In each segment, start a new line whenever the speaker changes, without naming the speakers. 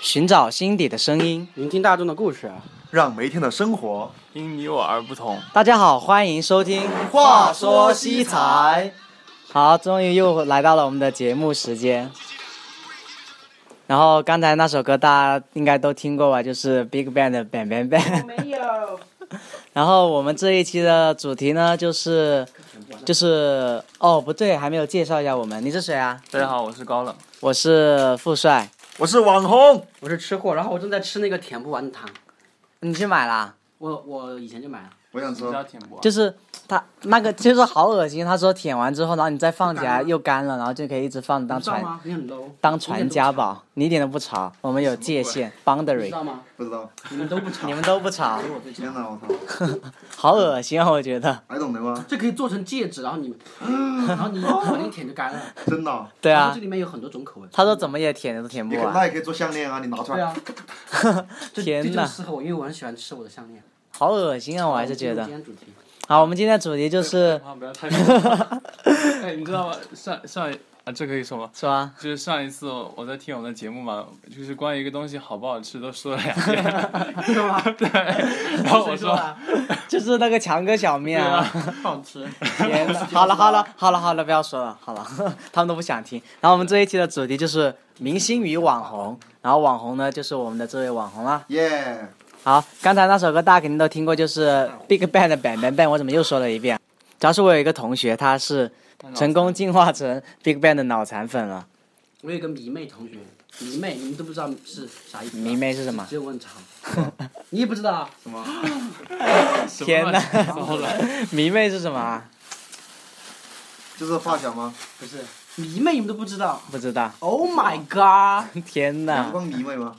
寻找心底的声音。
聆听大众的故事。
啊
让每天的生活
因你我而不同。
大家好，欢迎收听。
话说西财。
好，终于又来到了我们的节目时间。然后刚才那首歌大家应该都听过吧，就是 Big Bang 的 Bang Bang Bang。
没有，
然后我们这一期的主题呢，就是就是哦，不对，还没有介绍一下我们。你是谁啊？
大家好，我是高冷。
我是富帅。
我是网红，
我是吃货，然后我正在吃那个舔不完的糖。
你去买啦？
我我以前就买了，
我想
比较
说，
挺不啊
就是他那个就是好恶心，他说舔完之后，然后你再放起来又干了，然后就可以一直放当
你知道
传
吗？你很 low，
当传家宝，你一点都不吵，我们有界限
你知
boundary，
道吗？
不知道，
你们都不吵
你，们都不吵，
我最
天
强。
哪，我操，
好恶心啊！我觉得，
还懂的吗？
这可以做成戒指，然后你， 然后你一口一舔就干了。
真的哦，
对
然后
啊
这，里面有很多种口味。
他说怎么也舔都舔
你
不
可
完，
那也可以做项链啊，你拿出
对
来。
啊， 这
天
这就
哪
适合我，因为我很喜欢吃我的项链。
好恶心啊！我还是觉
今
得。
天主题，
好，我们今天的主题就是
不要太过。 哎，你知道吗？上上一啊，这可以说吗？
是吧？
就是上一次我在听我们的节目嘛，就是关于一个东西好不好吃都说了两 遍，
是吗？ 啊
对。
啊
然后我说，
就是那个强哥小面啊。
好吃。
天呐 好了好了好了好了，不要说了，好了， 他们都不想听。然后我们这一期的主题就是明星与网红，然后网红呢就是我们的这位网红啦。
耶，
好，刚才那首歌大家肯定都听过，就是
嗯
Big Bang 的 Bang Bang Bang，我怎么又说了一遍？主要是我有一个同学，他是成功进化成 Big Bang 的脑残粉了。
我有一个迷妹同学，迷妹你们都不知道是啥意思吧。啊
迷妹是啊什么
只有问超，你也不知道啊？
什么？
什么
天 哪
乱七八糟的
迷妹是什么啊？
就是发小吗？
不是迷妹，你们都不知道。
不知道。
Oh my god！
天
阳
呐，
光迷妹吗？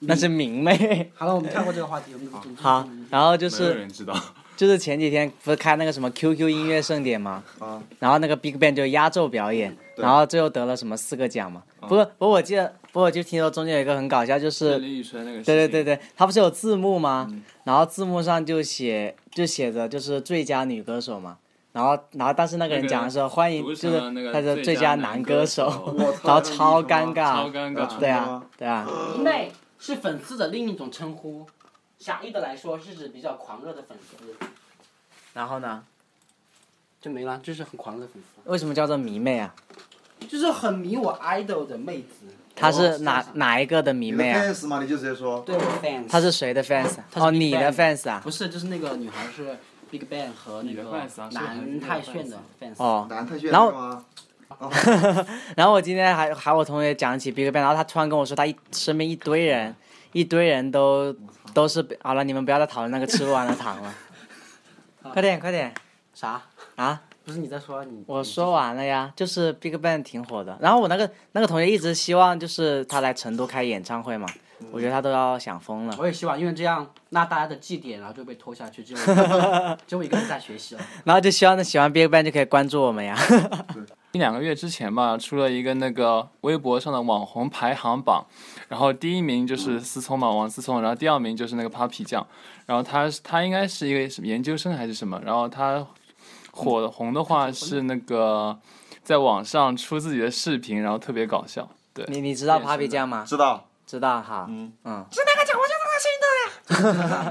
那是明媚。
好了，我们跳过这个话题，我们不
好，然后就
没有
是
人知道。
就是前几天不是开那个什么 QQ 音乐盛典吗？
啊，
然后那个 Big Bang 就压轴表演，
对
然后最后得了什么四个奖嘛。不过不过我记得，不过我就听说中间有一个很搞笑，就是
李宇春那个。
对对对。对，它不是有字幕吗？然后字幕上就写就写着就是最佳女歌手嘛。然后，然后，但是那个人讲的时候，欢迎
读
就
成
是
了那个
他是
最
最
佳
佳
男
男
歌
歌
手
手，
我
然
操
后超尴
超
尬，
尴
啊
要
尬。
对
成功
啊
吗，
对啊，
迷妹是粉丝的另一种称呼，狭义的来说是指比较狂热的粉丝。
然后呢？
就没了，就是很狂热的粉丝，
为什么叫做迷妹啊？
就是很迷我 idol 的妹子。
她是哪
我
哪一个的迷
你的
妹啊？
fans 嘛，你就直接说。
对我 fans，
她是谁的 fans？啊
她是
哦，
Big
你的
Bang
fans 啊？
不是就是那个女孩是 Big Bang 和那
你的
个
fans 啊是很
南泰炫的 fans？
哦，
男太炫
然后
是吗？
然后我今天还还我同学讲起 BigBang，然后他突然跟我说，他一身边一堆人，一堆人都都是好了，你们不要再讨论那个吃不完的糖了，快点快点
啥？
啊！
不是你在说你？
我说完了呀，就是 BigBang 挺火的，然后我那个那个同学一直希望就是他来成都开演唱会嘛，我觉得他都要想疯了。
我也希望，因为这样那大家的祭点，然后就被拖下去， 只有一个只有一个人在学习了。
然后就希望他喜欢 BigBang 就可以关注我们呀。
一两个月之前吧，出了一个那个微博上的网红排行榜，然后第一名就是思聪嘛，王思聪，然后第二名就是那个 Papi 酱，然后他他应该是一个什么研究生还是什么，然后他火的红的话是那个在网上出自己的视频，然后特别搞笑，对，
你你知道
也是的
Papi 酱吗？
知道。
知道哈，
嗯
嗯，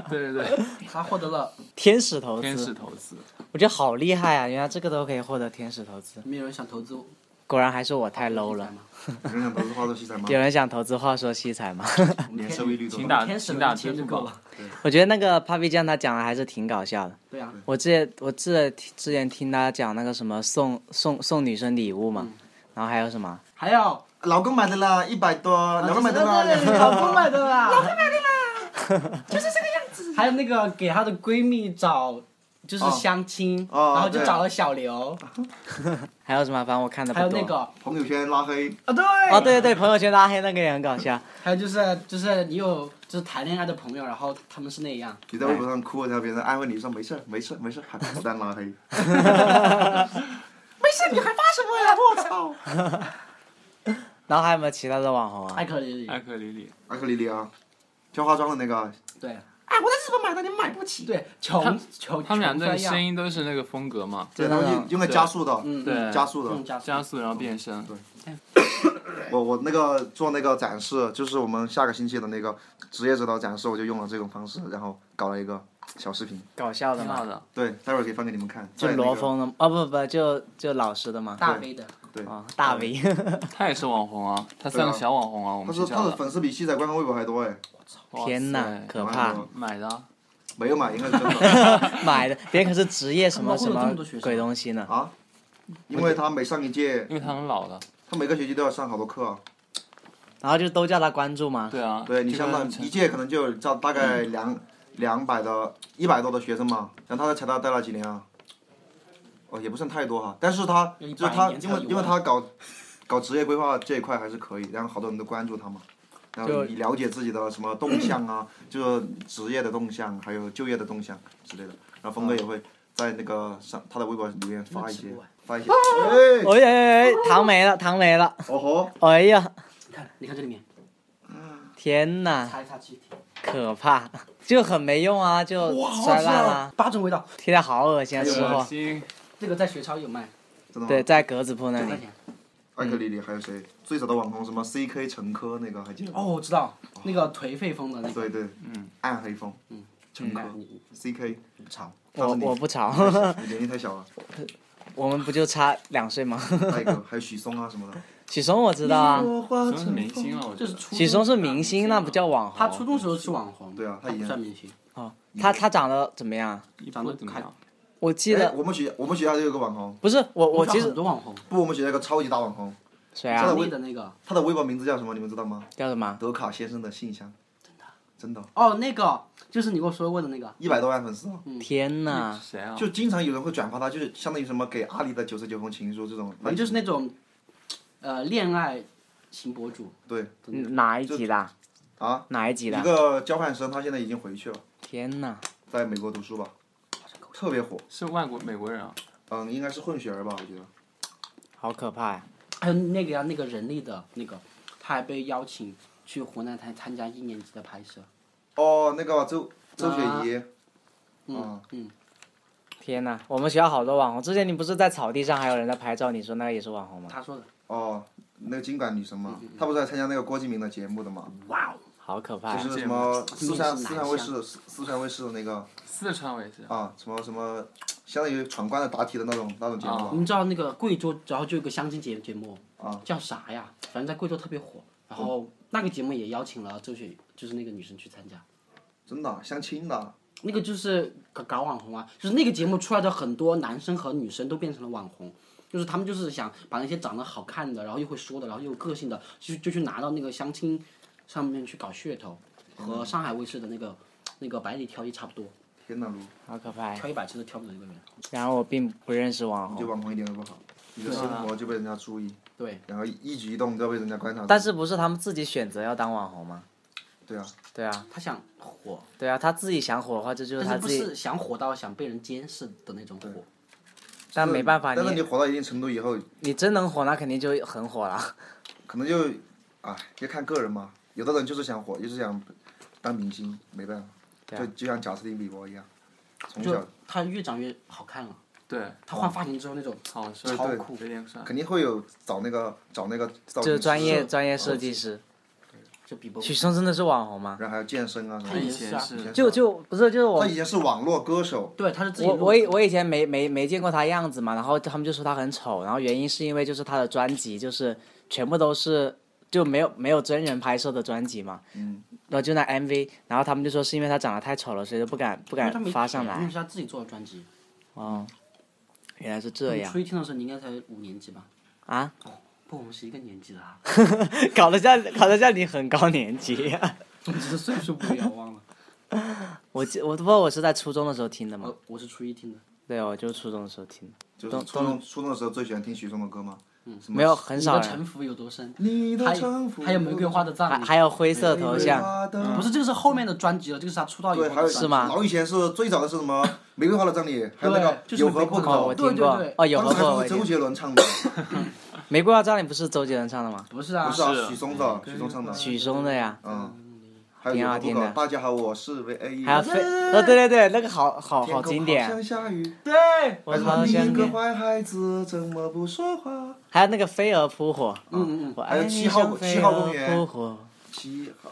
对对对，
他获得了，
天使投
天使
资，
投资，
我觉得好厉害啊！原来这个都可以获得天使投资，
没有人想投资我。
果然还是我
哦
太 low 了。
有人想投资花都西财吗？
有人想投资话说西财吗？
我们
年
天
收益率多少？
请打
天使
请
的
打
一
支
千就
付
够
宝，
了。
我觉得那个 Papi 酱他讲的还是挺搞笑的。
对啊，
我之前我之前之前听他讲那个什么送送送女生礼物嘛，
嗯
然后还有什么？
还有
老公买的啦，一百多，老公买的啦，
对对对
200
老公买的啦，老公买的啦，就是这个样子。还有那个给她的闺蜜找，就是相亲，
哦
然后就找了小刘，
还有什么？反正我看的不
还
多。
有那个啊、
朋友圈拉黑，
对，
哦，对对对，朋友圈拉黑那个也很搞笑。
还有就是就是你有就是谈恋爱的朋友，然后他们是那样，
你在微博上哭，然后别人安慰哎你说没事儿没事儿没事儿，还不但拉黑。
没事，你还发什么呀？我 操！
然后
哎
还有没有其他的网红啊？
哎
艾克里里，
艾克里里，
阿克里里啊，教化妆的那个，
对，哎，我在日本买的，你们买不起。对，
他
穷穷，
他们俩的声
音，
音都是那个风格嘛，
对，他们用用个加速的，
嗯
对，
加速的，
嗯，加
加速然后变声，
我我那个做那个展示，就是我们下个星期的那个职业指导展示，我就用了这种方式，然后搞了一个小视频。
搞笑的
挺
嘛，
好的。
对，待会儿可以放给你们看。
就
在那
罗
个，
峰的，哦不不，就就老师的嘛，
大杯的，
对，
啊大 V，
他也是网红啊，他算
对啊
个小网红啊，我
他
们学
是
校
他的
的。
粉丝比西仔官方微博还多哎，
哇
天哪
塞，
可怕，
买的啊，
没有买，应该是真的
买的别人可是职业什么
他
什
们会有这
么
么多学生
鬼东西呢？
啊，因为他每上一届，
因为他很老了。
他每个学期都要上好多课啊。
然后就都叫他关注嘛，
对啊，
嗯对你
这个
想想，
成
一届可能就招大概
嗯
两两百的、一百多的学生嘛，然后他在财大待了几年啊？哦，也不算太多哈，但是他
有一
就是
百
他，
年
因
才
为
有
因为
啊
他搞搞职业规划这一块还是可以，然后好多人都关注他嘛。然后
就
你了解自己的什么动向啊，就是职业的动向，还有就业的动向之类的。然后峰哥也会在那个上他的微博里面发一些
啊那直播啊，
发一 些。哎，
哎哎哎，糖没了，糖没了，
哦吼，
哎呀，
你看，你看这里面，
天哪，
擦一擦去，
可怕，就很没用啊，就
哇，好
摔
好吃
烂
啊
了，，
八种味道，
贴的好恶心啊，师
恶
傅。
哎心，
这个在学超有卖，
真的
对，
吗？
在格子铺那
九
里
块。钱。
艾克里里还有谁？最早的网红什么 CK 陈科那个还记得吗？
哦，我知道，那个颓废风的那个，
对对，
嗯，
暗黑风，
嗯，
陈科
哎你
CK，
潮，
但
我
是你
我不吵，
你年龄太小了，
我们不就差两岁吗？
还有一个还有许嵩啊什么的，
许嵩我知道
哎
啊，
什么是明星了？我觉
这是
得
初
许嵩
中，
是明星，那不叫网
他
红。
初中时候是网红，
对啊他
他
一
不
样
算明星，
哦，他他长得怎么样？
一
长
波
得
怎么
看
样？
我记
哎
得
我们学我们学校就有个网红，
不是我，我
知道
其实
很多网红，
不，我们学校有个超级大网红，
谁
知
啊
道？
内的那个，
他的微博名字叫什么？你们知道吗？
叫什么？
德卡先生的信箱，真的，真的，
哦，那个就是你跟我说过的那个，
一百多万粉丝哦，
天哪！
谁啊？
就经常有人会转发他，就是相当于什么给阿里的九十九封情书这种类型，
反正就是那种，呃，恋爱型博主，
对
哪一集的？
啊，
哪一集
一
的？
个交换生，他现在已经回去了，
天哪！
在美国读书吧，特别火，
是外国美国人啊？
嗯，应该是混血儿吧，我觉得。
好可怕呀！
还有那个呀、那个人力的那个，他还被邀请去湖南台参加一年级的拍摄，
哦，那个周周雪
啊
怡，哦
嗯嗯，
天哪！我们学校好多网红。之前你不是在草地上还有人在拍照，你说那个也是网红吗？
他说的，
哦，那个金管女神嘛，她不是来参加那个郭敬明的节目的嘛，
哇哦，
好可怕呀！
就是什么
嗯
四川
是哪
四
一
川卫
项
视的四四川卫视的那个
四川卫视。
啊，什么什么，相当于闯关的答题的那种那种节目
哦
你
嘛。
们知道那个贵州，然后就有个相亲节节目，
哦
叫啥呀？反正在贵州特别火，然后那个节目也邀请了周雪，就是那个女生去参加。
真的相亲的，
那个就是搞搞网红啊，就是那个节目出来的很多男生和女生都变成了网红，就是他们就是想把那些长得好看的，然后又会说的，然后又有个性的，就就去拿到那个相亲上面去搞噱头，和上海卫视的那个 那个百里挑一差不多，
天哪，卢，
好可怕呀！
挑一百次都挑不走一个人。
然后我并不认识网
你就
红，
网红一点都不好，你的生活就被人家注意，
对，
然后一一举一动都要被人家观察。
但是，不是他们自己选择要当网红吗？
对啊，
对啊，
他想火，
对啊，他自己想火的话，这就是
但
他
是不
自己。
是想火到想被人监视的那种火？
但没办法，
但是你
你
火到一定程度以后，
你真能火，那肯定就很火
哦
了。
可能就，哎，要看个人嘛。有的人就是想火，就是想当明星，没办法，
啊
就就像贾斯汀比伯一样，从
就
小
他越长越好看了，
对，
他换发型之后那种
好帅，
超
酷
有点帅。
肯定会有找那个找那个造型
就是专业
师
专业设计
哦
师，
就比不
许嵩真的是网红吗？
然后还有健身啊什么
他
以
也
的。
是
前
啊
是
就就不是就是我
他以前是网络歌手，
对，他是自己
我
录
我以
的
我以前没没没见过他样子嘛，然后他们就说他很丑，然后原因是因为就是他的专辑就是全部都是就没有没有真人拍摄的专辑嘛，
嗯，
然后就那 MV，然后他们就说是因为他长得太丑了，所以就不敢不敢
他没嗯
发上
因为
来。
是他自己做的专辑。
哦，原来是这
你
样
初一听的时候，你应该才五年级吧？哦
啊，
不，我们是一个年级的啊，
搞得像搞得像你很高年级、啊
只是岁数不一样，忘了。
我记我不过我是在初中的时候听的嘛，
呃我我是初一听的，
对，我就初中的时候听的，
就是初中初中的时候最喜欢听许嵩的歌嘛。什么
没有很
你
少
的
人，
城府有多深？
你的
还
城府
还有玫瑰花的葬
还
礼，
还有灰色头像。
不是这个是后面的专辑了，这个是他出道以后
对，
的
还有
专辑
吗
老以前是最早的是什 么《玫瑰花的葬礼》，还有那个
就是
有何不
玫瑰
哦，
花
可
我
的，
听
对
过
对对
哦，有
当
和
时
过我
还
也
是
听啊
周
过。
杰 伦唱的，
玫瑰花葬礼不是周杰伦唱的吗？
不是啊
不，是啊，
嗯
是
许嵩的，许嵩唱的，
许嵩的呀，
嗯，还有
挺
有
好
何不
听
可
的，
大家好，我是 V A E。
啊还有飞，哦对对对，那个好好
天
好
空
经典，
像下雨。
对，
我
还
好
有你
想
一个
念。
坏孩子，怎么不说话？
还有那个飞蛾扑火，嗯嗯，我
还有
爱你
七号
像
七
飞
号
蛾
公园
扑火，
七号，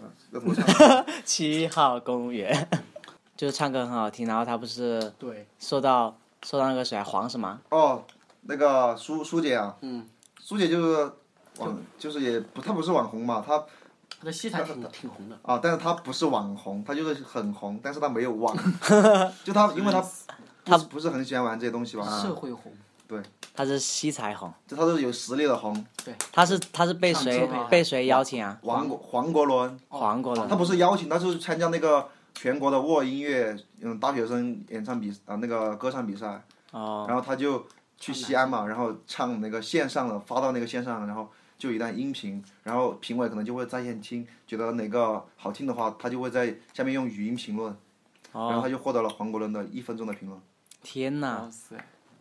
啊要怎么唱？
七号公园， 就是唱歌很好听，然后他不是
对，
受到受到那个谁啊黄什么？
哦，那个苏苏姐啊，
嗯，
苏姐就是网，就是也不，她不是网红嘛，她
他的戏台挺挺红的，
啊，但是她不是网红，她就是很红，但是她没有网，就她，因为她她不是很喜欢玩这些东西吧？
社会红，
他是西彩虹，
就她是有实力的红，
他是他是被谁
唱歌吧
被谁邀请啊？
黄国黄哦国伦，
黄国
嗯
伦
她不是邀请，她就是参加那个全国的沃音乐嗯大学生演唱比啊那个歌唱比赛，
哦，
然后他就去西安嘛，然后唱那个线上的，发到那个线上，然后就一段音频，然后评委可能就会在线听，觉得哪个好听的话，他就会在下面用语音评论，
哦
然后他就获得了黄国伦的一分钟的评论。
天哪
哇，塞，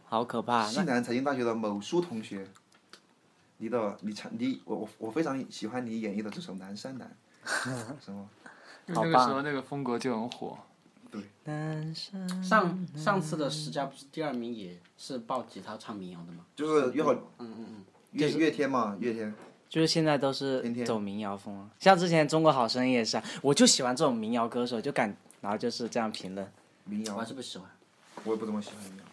好可怕！
西
那
南财经大学的某苏同学，你的你唱你我我我非常喜欢你演绎的这首《南山南》，什么？
因
好
为那个
棒
时候那个风格就很火，
南山
上上次的十佳不是第二名也是抱吉他唱民谣的吗？
就是约好
嗯嗯嗯，
月月天嘛，月天。
就是现在都
天
是
天
走民谣风啊，像之前《中国好声音》也是啊，我就喜欢这种民谣歌手，就感然后就是这样评论，
民谣
我还，是不喜欢。
我也不怎么喜欢民谣，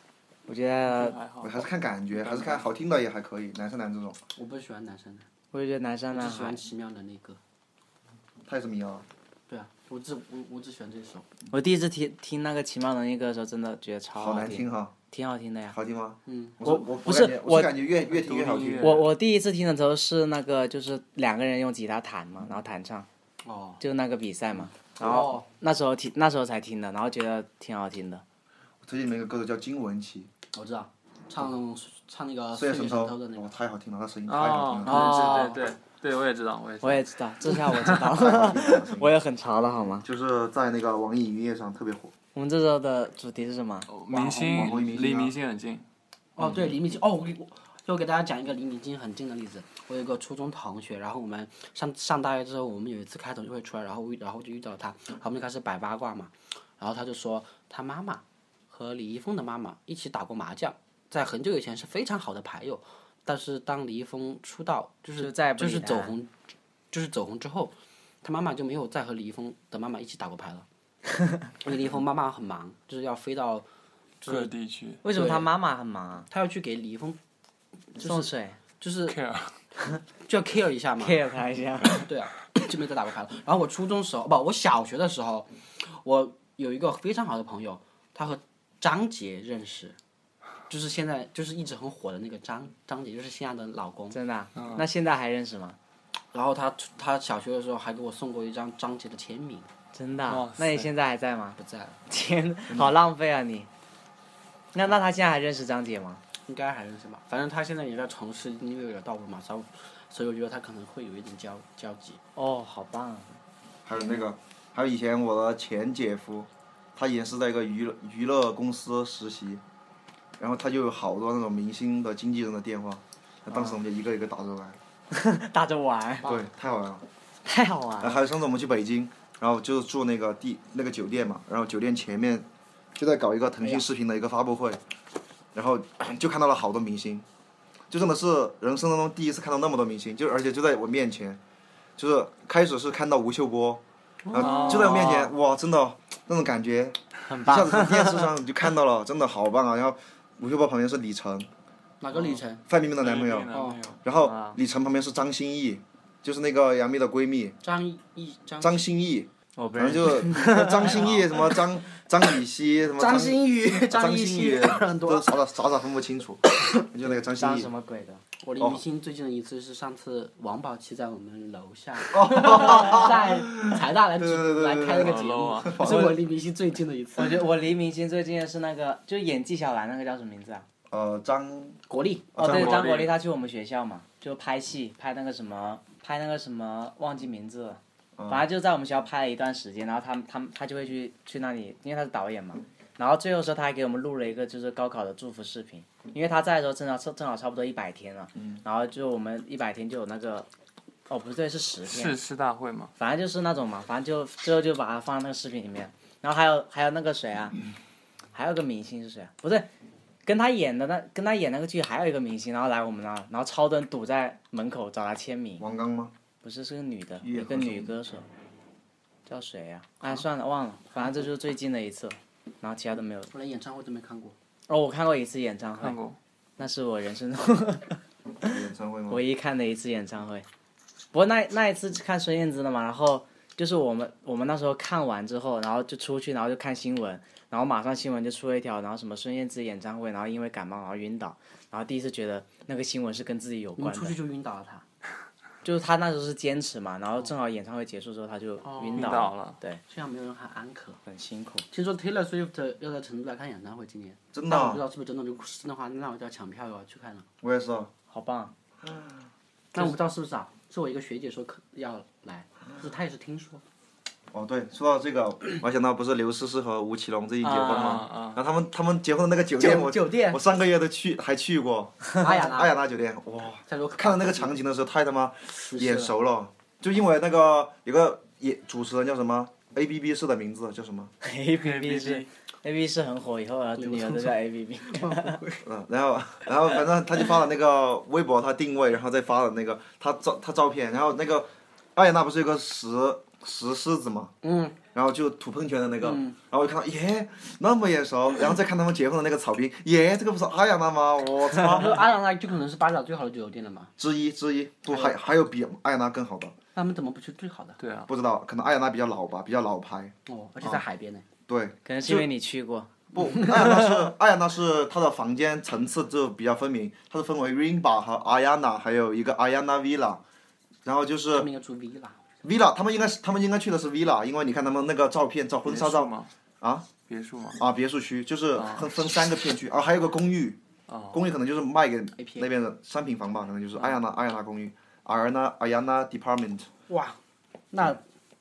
我觉得
还
我
好。
哦还是看感觉，还是看好听的也还可以，《南山南》这种，
我不是喜欢男生的，
我就觉得南山
我
男
只喜
孩
欢，奇妙的那个。
它也是民谣啊。
对啊，我只我我只喜欢这首。
我第一次听听那个奇妙能力歌的时候，真的觉得超
好难
听，
听哈，
挺好听的呀。
好听吗？
嗯，
我
我
我
不是
感觉
我
我是感觉越越听越好
独立音
听
乐。
我我第一次听的时候是那个就是两个人用吉他弹嘛，然后弹唱，
哦，
就那个比赛嘛，然
哦
后那时候听那时候才听的，然后觉得挺好听的。
我推荐你们一个歌手叫金玟岐，
我知道，唱唱那个《岁
岁月
月
神
神
偷
偷》的那
哇，
个。
哦太好听了，他声音太好听了，
哦
哦，对对对对，我也知道，我也知
我
道。
也知道，这下我知道了， 我也很潮了好吗？
就是在那个网易云音乐上特别火。
我们这周的主题是什么？
哦明
网红明
星
星
离
啊
明星很近，
哦，
嗯
对，黎明金。哦，我给我要给大家讲一个离明金很近的例子。我有个初中同学，然后我们上上大学之后，我们有一次开同学会出来，然后我遇然后就遇到了他，然后我们就开始摆八卦嘛。然后他就说他妈妈和李易峰的妈妈一起打过麻将，在很久以前是非常好的牌友，但是当李易峰出道，就是
就再也不
就
理
是
他
走红，就是走红之后，他妈妈就没有再和李易峰的妈妈一起打过牌 了，因为李易峰妈妈很忙，就是要飞到，
各地区
为什么他妈妈很忙啊？
他要去给李易峰
送水
就是
care
就要 care 一下嘛，
，care 他一下。
对啊，就没有再打过牌了。然后我初中时候不，我小学的时候，我有一个非常好的朋友，他和张杰认识，就是现在就是一直很火的那个张张杰，就是现在的老公。
真的啊、那现在还认识吗？
然后他他小学的时候还给我送过一张张杰的签名，
真的啊、
哇塞
那你现在还在吗？
不在了，
天，好浪费啊你。那那他现在还认识张姐吗？
应该还认识吧？反正他现在也在从事音乐的道路嘛，所以所以我觉得他可能会有一点交交集。
哦，好棒、啊！
还有那个，还有以前我的前姐夫，他也是在一个娱乐娱乐公司实习，然后他就有好多那种明星的经纪人的电话，他当时我们就一个一个打着来，
打着玩儿，
对，太好玩了。
太好玩
然后
了。
还有上次我们去北京，然后就是住那个地那个酒店嘛，然后酒店前面就在搞一个腾讯视频的一个发布会，然后就看到了好多明星，就真的是人生当中第一次看到那么多明星，就而且就在我面前，就是开始是看到吴秀波，然后就在我面前，哇，真的那种感觉，
很
一下
棒。
子在电视上你就看到了，真的好棒啊！然后吴秀波旁边是李晨，
哪
哦
个李晨？
范冰冰的男朋友
男，朋友
然后
啊
李晨旁边是张歆艺，就是那个杨幂的闺蜜
张一张
张歆艺。
我不
反正
认识。
就张歆艺什么张张雨绮什么
张馨予、
张
艺
馨予
兴 很多
都。傻傻傻傻分不清 楚，就那个张歆
张
艺
什。么鬼的？
我离
哦
明星最近的一次是上次王宝器在我们楼下， 在财大来
哦对对对
来
对哦
开了个节
好
目
low 啊，
这是我离明星最近的一次
我。觉得我离明星最近的是那个，就演纪晓岚那个叫什么名字啊？
呃，张
国力
哦，
张
对，
国
张国
立
立他去我们学校嘛，就拍戏，拍那个什么，拍那个什么，忘记名字了。
嗯
反正就在我们学校拍了一段时间，然后他他他就会去去那里，因为他是导演嘛。然后最后的时候他还给我们录了一个就是高考的祝福视频，
嗯
因为他在的时候正好正好差不多一百天了，然后就我们一百天就有那个哦，不对，是十片，
是是大会吗？
反正就是那种嘛，反正就最后就把它放在那个视频里面。然后还有还有那个谁啊，还有个明星是谁、啊？不对，跟他演的那跟他演那个剧还有一个明星，然后来我们那儿，然后超多人堵在门口找他签名。
王刚吗？
不是，是个女的，
也
一个
很
女歌手，叫谁呀、
啊
哎，算了，忘了，反正这就是最近的一次，然后其他都没有。
我连演唱会都没看过。
哦，我看过一次演唱会
看，过。
那是我人生中
演唱会吗？
唯一看的一次演唱会。不过那那一次是看孙燕姿的嘛，然后就是我们我们那时候看完之后，然后就出去，然后就看新闻，然后马上新闻就出了一条，然后什么孙燕姿演唱会，然后因为感冒然后晕倒，然后第一次觉得那个新闻是跟自己有
你们
关
出
的，
去就晕倒了他，
就是他那时候是坚持嘛，然后正好演唱会结束之后他就哦晕
晕
倒
倒了
对，
这样没有人喊安可。
很辛苦。
听说 Taylor Swift 要在成都来看演唱会，今年。
真的
但我不
啊
知，道是不是真的，如果是真的话，那我就要抢票要去看了。
我也是啊。
好 棒！
但我不知道是不是啊，是我一个学姐说可要来，就是她也是听说。
哦，对，说到这个，我还想到不是刘诗诗和吴奇隆最近结婚吗？
啊啊
然后他们他们结婚的那个酒店，
酒
我
酒店啊
我上个月都去还 去过，
阿雅
阿
呢？
雅那酒店，哇，
她说
看到那个场景的时候太他妈眼熟了，就因为那个有个也主持人叫什么 A B B 式的名字叫什么？
A B B 是 A B 是很火，以后啊，女儿都 叫 A B B。
嗯，然后然后反正他就发了那个微博，他定位，然后再发了那个他照他照片，然后那个阿雅娜不是有个石石狮子嘛，
嗯，
然后就吐喷泉的那个，然后我就看到耶那么眼熟，然后再看他们结婚的那个草坪，耶这个不是阿雅娜吗？我操，
然后阿雅那就可能是巴厘岛最好的酒店了嘛，
之一之一，不还还有比阿雅娜更好的，
那他们怎么不去最好的？
对啊，
不知道，可能阿雅娜比较老吧，比较老牌，
哦，而且在海边呢。
对，
可能是因为你去过，
不，阿雅娜是阿雅娜是她的房间层次就比较分明，它是分为 Rain Bar 和 Ayana，还有一个 Ayana Villa，然后就
他
是
们应该住 villa，
villa，他们应该是他们应该去的是 villa，因为你看他们那个照片照婚纱
别墅
照
吗？
啊
别墅吗？
啊，别墅区就是分分三个片区，啊，还有个公寓，公寓可能就是卖给那边的商品房吧，可能就是艾亚娜艾亚娜公寓，艾亚娜艾亚娜 department，嗯
哇，那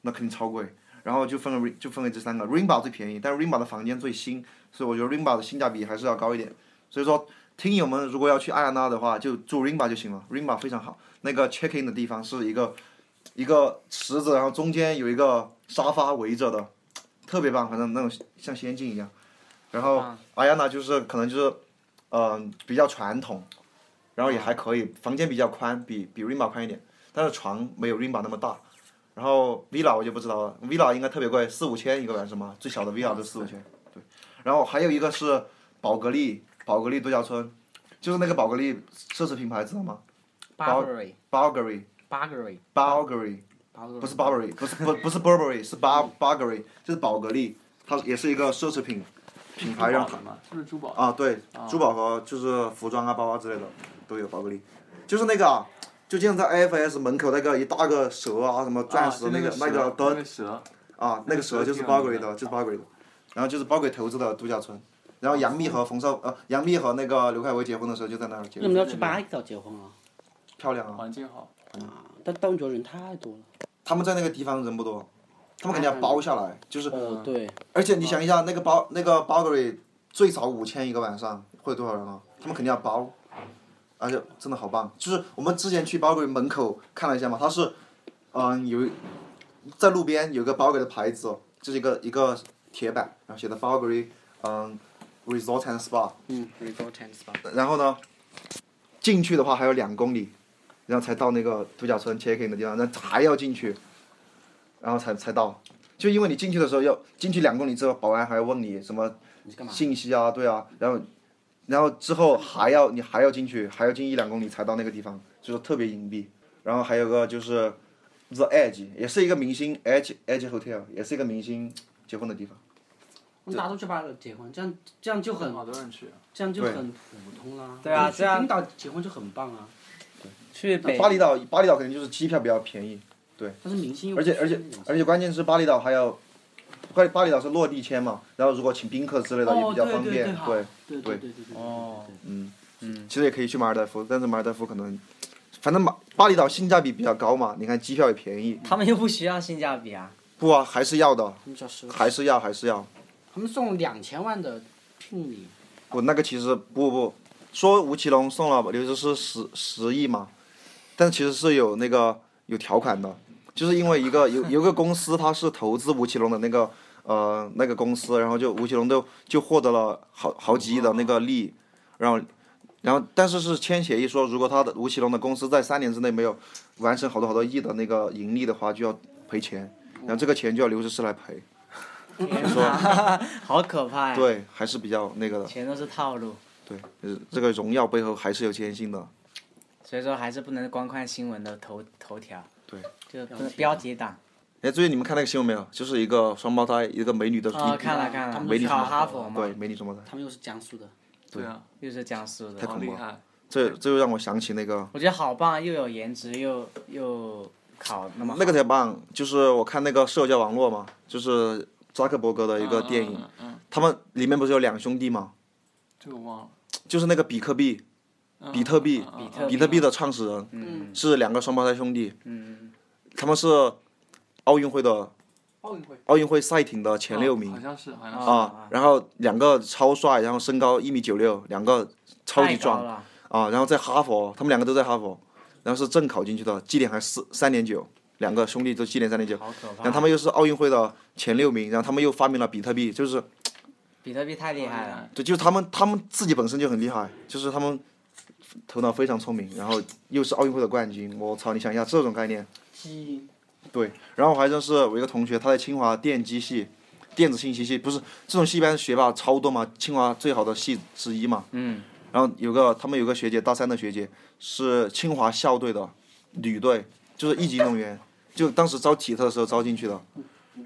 那肯定超贵。然后就分为就分为这三个，Rimba 最便宜，但是 Rimba 的房间最新，所以我觉得 Rimba 的性价比还是要高一点。所以说，听友们如果要去艾亚娜的话，就住 Rimba 就行了，Rimba 非常好。那个 check in 的地方是一个一个池子，然后中间有一个沙发围着的，特别棒，反正那种像仙境一样。然后艾亚娜就是可能就是，嗯、比较传统，然后也还可以，房间比较宽，比比 Rimba 宽一点，但是床没有 Rimba 那么大。然后 villa 我就不知道了，villa 应该特别贵，四五千一个晚上嘛，最小的 villa 都四五千。对，然后还有一个是宝格丽，宝格丽度假村，就是那个宝格丽奢侈品牌，知道吗
Burberry
？Bulgari
Burberry
Bulgari 不是 Burberry，不是不不是 Burberry，是 Bur Bulgari，就是宝格丽，它也是一个奢侈品品牌，啊让它
嘛，是不是珠宝？
啊，对，珠宝和就是服装啊、包包之类的都有宝格丽，就是那个啊，就经常在 IFS 门口那个一大个蛇啊，什么钻石
啊就
那
那
个
蛇
那个
那
灯
个蛇，
啊，那个蛇就是包给的，就是包给的，然后就是包给投资的度假村，然后杨幂和冯绍呃杨幂和那个刘恺威结婚的时候就在那儿结
为什么
婚，
要去巴厘岛结婚啊？
漂亮啊！
环境好，
但但我觉得人太多了。
他们在那个地方人不多，他们肯定要包下来，就是
哦，对，
而且你想一下那个包那个 Bulgari 最少五千一个晚上会有多少人啊？他们肯定要包，而且真的好棒，就是我们之前去 Bulgari 门口看了一下嘛，它是嗯有一在路边有一个 Bulgari 的牌子，就是一个一个铁板，然后写的 Bulgari 嗯 Resort and Spa，
嗯，resort and spa。
然后呢，进去的话还有两公里，然后才到那个度假村 check in 的地方，那还要进去，然后才才到。就因为你进去的时候要进去两公里之后，保安还要问你什么
你是干嘛？
信息啊，对啊，然后然后之后还要你还要进去，还要进一两公里才到那个地方，就是特别隐蔽。然后还有个就是 The Edge，也是一个明星 Edge Edge Hotel，也是一个明星结婚的地方。
我们大家都去巴厘岛结婚，这样这样就很
好多人去。啊
这样就
对
很普通啦。
对啊
但去
这样
冰岛结婚就很棒啊，
去北
巴厘岛巴厘岛可能就是机票比较便宜，
但是明星又
而且而且而且关键是巴厘岛还有，巴巴厘岛是落地签嘛，然后如果请宾客之类的也
哦，
比较
对
方
对对
便，
好
对，
对对对对对
哦
嗯嗯，其实也可以去马尔代夫，但是马尔代夫可能，反正马巴厘岛性价比比较高嘛，你看机票也便宜，
他们又不需要性价比啊，
不啊还是要的，
他们叫奢侈
还是要还是要，
他们送两千万的聘礼，
不那个其实不不，说吴奇隆送了刘诗诗十十亿嘛，但其实是有那个有条款的，就是因为一个有有一个公司，它是投资吴奇隆的那个呃那个公司，然后就吴奇隆就就获得了好好几亿的那个利，然后然后但是是签协议说，如果他的吴奇隆的公司在三年之内没有完成好多好多亿的那个盈利的话，就要赔钱，然后这个钱就要刘诗诗来赔，
好可怕呀！
对，还是比较那个的，
全都是套路，
对，呃这个荣耀背后还是有艰辛的。
所以说还是不能光看新闻的头头条，
对，
就不能标题党。
哎，最近你们看那个新闻没有？就是一个双胞胎，一个美女的弟弟，
哦，看了看
他
了，
们
美女
去
考
双胞胎
哈佛嘛，
对，美女双胞胎，
他们又是江苏的，
对啊，
又是江苏的
太，
好
恐怖
厉
了
害，
这这又让我想起那个
我觉得好棒，又有颜值，又又考那么好
那个才棒，就是我看那个社交网络嘛，就是扎克伯格的一个电影，
嗯，嗯嗯
他们里面不是有两兄弟吗？
这个忘了，
就是那个比克币，
嗯
比特币
嗯嗯嗯
特
比特币的创始人，
嗯
是两个双胞胎兄弟，
嗯，
他们是奥运会的
奥运会
奥运会赛艇的前六名
好像是，好像是，
啊，然后两个超帅，然后身高一米九六，两个超级
太高
壮
了，
啊，然后在哈佛，他们两个都在哈佛，然后是正考进去的，绩点还四三点九，两个兄弟都绩点三点九。
好可怕
然后。他们又是奥运会的前六名，然后他们又发明了比特币，就是
比特币太厉害了，
对，就是他们他们自己本身就很厉害，就是他们头脑非常聪明，然后又是奥运会的冠军，我操！你想一下这种概念，
基因
对。然后我还认识我一个同学，他在清华电机系，电子信息系，不是这种系一般学霸超多嘛，清华最好的系之一嘛。
嗯。
然后有个他们有个学姐，大三的学姐是清华校队的女队，就是一级运动员，就当时招体特的时候招进去的。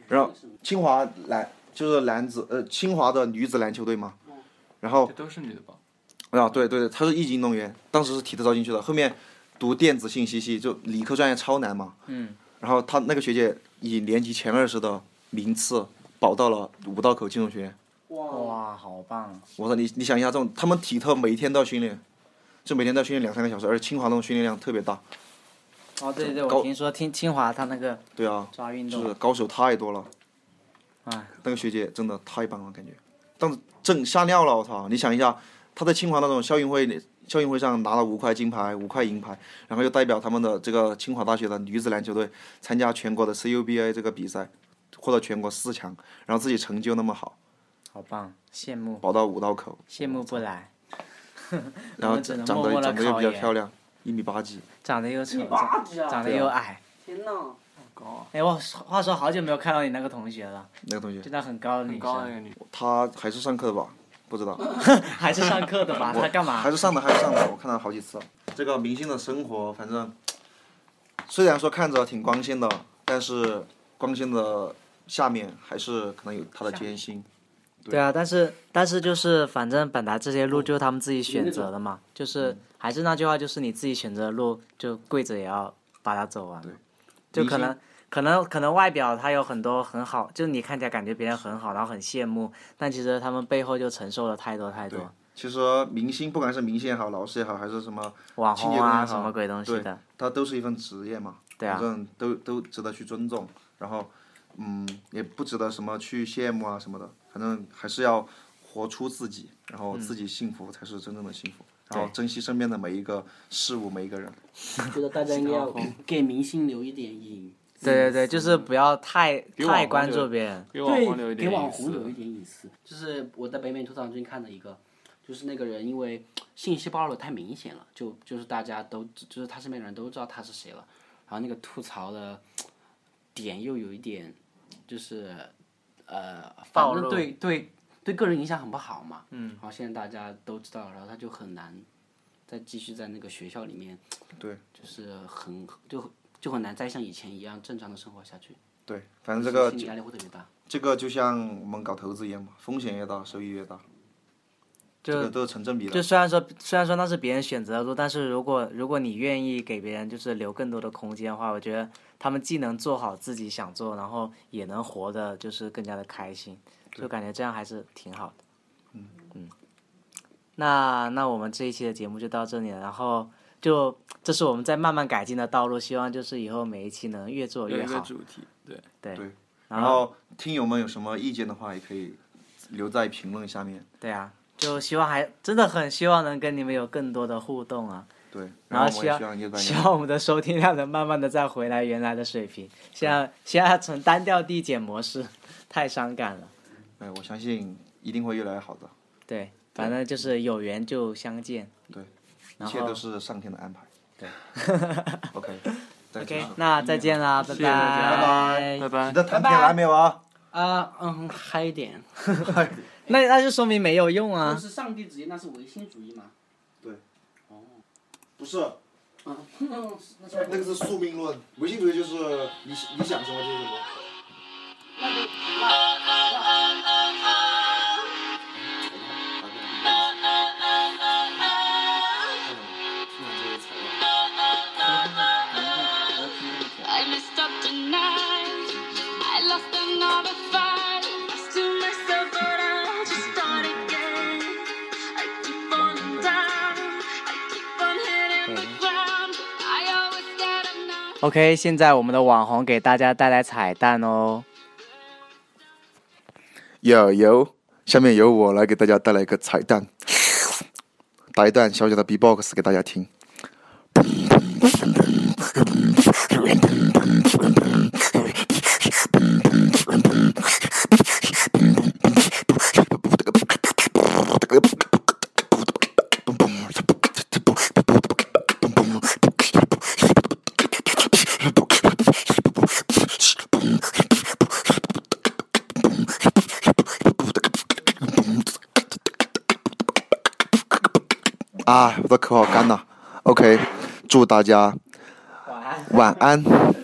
然后清华篮就是男子呃清华的女子篮球队嘛，然后
这都是女的吧？
啊对对对，她是一级运动员，当时是体特招进去的，后面读电子信息系就理科专业超难嘛，
嗯，
然后她那个学姐以年级前二十的名次保到了五道口金融学院。
哇，好棒！
我说你你想一下，这种他们体特每天都要训练，就每天都要训练两三个小时，而且清华那种训练量特别大。
哦，对对对，
高
我听说听清华他那个
对啊，
抓运
就
动
是，高手太多了。
哎，
那个学姐真的太棒了，感觉，当时震吓尿了，我操！你想一下，她在清华那种校运会里，校运会上拿了五块金牌、五块银牌，然后又代表他们的这个清华大学的女子篮球队参加全国的 CUBA 这个比赛，获得全国四强，然后自己成就那么好，
好棒，羡慕
保到五道口，
羡慕不来。
然后
我只
长
能
长
默
得
默地
长得又比
考
较
研
漂亮，一米八几，
长得又丑，
一八几
长
啊
长得又矮。
天呐，
高啊，
哎，我话说好久没有看到你那个同学了，
那个同学。
就那很高的
很
女
高的那
生，
个女，
他还是上课的吧？不知道，
还是上课的吧？她干嘛
还？是上的，还是上的，我看到好几次了。这个明星的生活，反正虽然说看着挺光鲜的，但是光鲜的下面还是可能有他的艰辛。
对啊，但是但是就是反正本来这些
哦
路就是他们自己选择的嘛，
嗯
就是还是那句话，就是你自己选择的路，就跪着也要把它走完。就可能可能可能外表他有很多很好，就你看起来感觉别人很好，然后很羡慕，但其实他们背后就承受了太多太多
其实明星，不管是明星也好，老师也好，还是什么
网
清
红
洁工也
啊
好
什么鬼东西的。
它都是一份职业嘛，
对啊
反正都都值得去尊重，然后嗯，也不值得什么去羡慕啊什么的，反正还是要活出自己，
嗯
然后自己幸福才是真正的幸福，然后珍惜身边的每一个事物，每一个人。
觉得大家应该要给明星留一点影，
对对对，就是
嗯
不要太
网
太
红
关
就
注别人。
给网红留
对，
一
给
点
网
隐
红留一
私，
点隐私。就是我在北美吐槽最近看的一个，就是那个人因为信息暴露得太明显了，就就是大家都就是他身边的人都知道他是谁了，然后那个吐槽的点又有一点就是呃，反
暴露
正对对对个人影响很不好嘛。嗯。然后现在大家都知道了，然后他就很难再继续在那个学校里面，
对，
就是很就就很难再像以前一样正常的生活下去。
对，反正这个
心理压力会特别大。
这个就像我们搞投资一样嘛，风险越大，收益越大，这个
就
都是成正比的。
就虽然说虽然说那是别人选择的路，但是如果如果你愿意给别人就是留更多的空间的话，我觉得他们既能做好自己想做，然后也能活得就是更加的开心，就感觉这样还是挺好的。嗯那那我们这一期的节目就到这里了，然后就这是我们在慢慢改进的道路，希望就是以后每一期能越做
有
越
一个
好。
主题，对，
然后听友们有什么意见的话，也可以留在评论下面。
对啊，就希望还真的很希望能跟你们有更多的互动啊，
对，
然
后
后
我
希
们也
望
希望一个
希望我们的收听量能慢慢的再回来原来的水平，现在现在成单调递减模式，太伤感了。
哎，我相信一定会越来越好的，
对，反正就是有缘就相见。
一切都是上天的安排。对，OK，再见
OK，。那 再见啦，拜
谢大家
哎
拜
拜。拜
你。的谈天来没有啊？
啊、嗯，嗨一点。
那那就说明没有用
那
啊。
是上帝旨意，那是唯心主义嘛？
不是，
嗯，那是
那个是宿命论，唯心主义就是你你想什么就是什么。
那就那那
我 messed up tonight. I lost another fight. I still myself, but I just start again. I keep on down. I keep on hitting the ground. I always get enough.
OK，现在我们的网红给大家带来彩蛋哦。
有有，下面由我来给大家带来一个彩蛋，打一段小小的 B-box 给大家听。啊，我的口好干呐。OK，祝大家晚安。晚安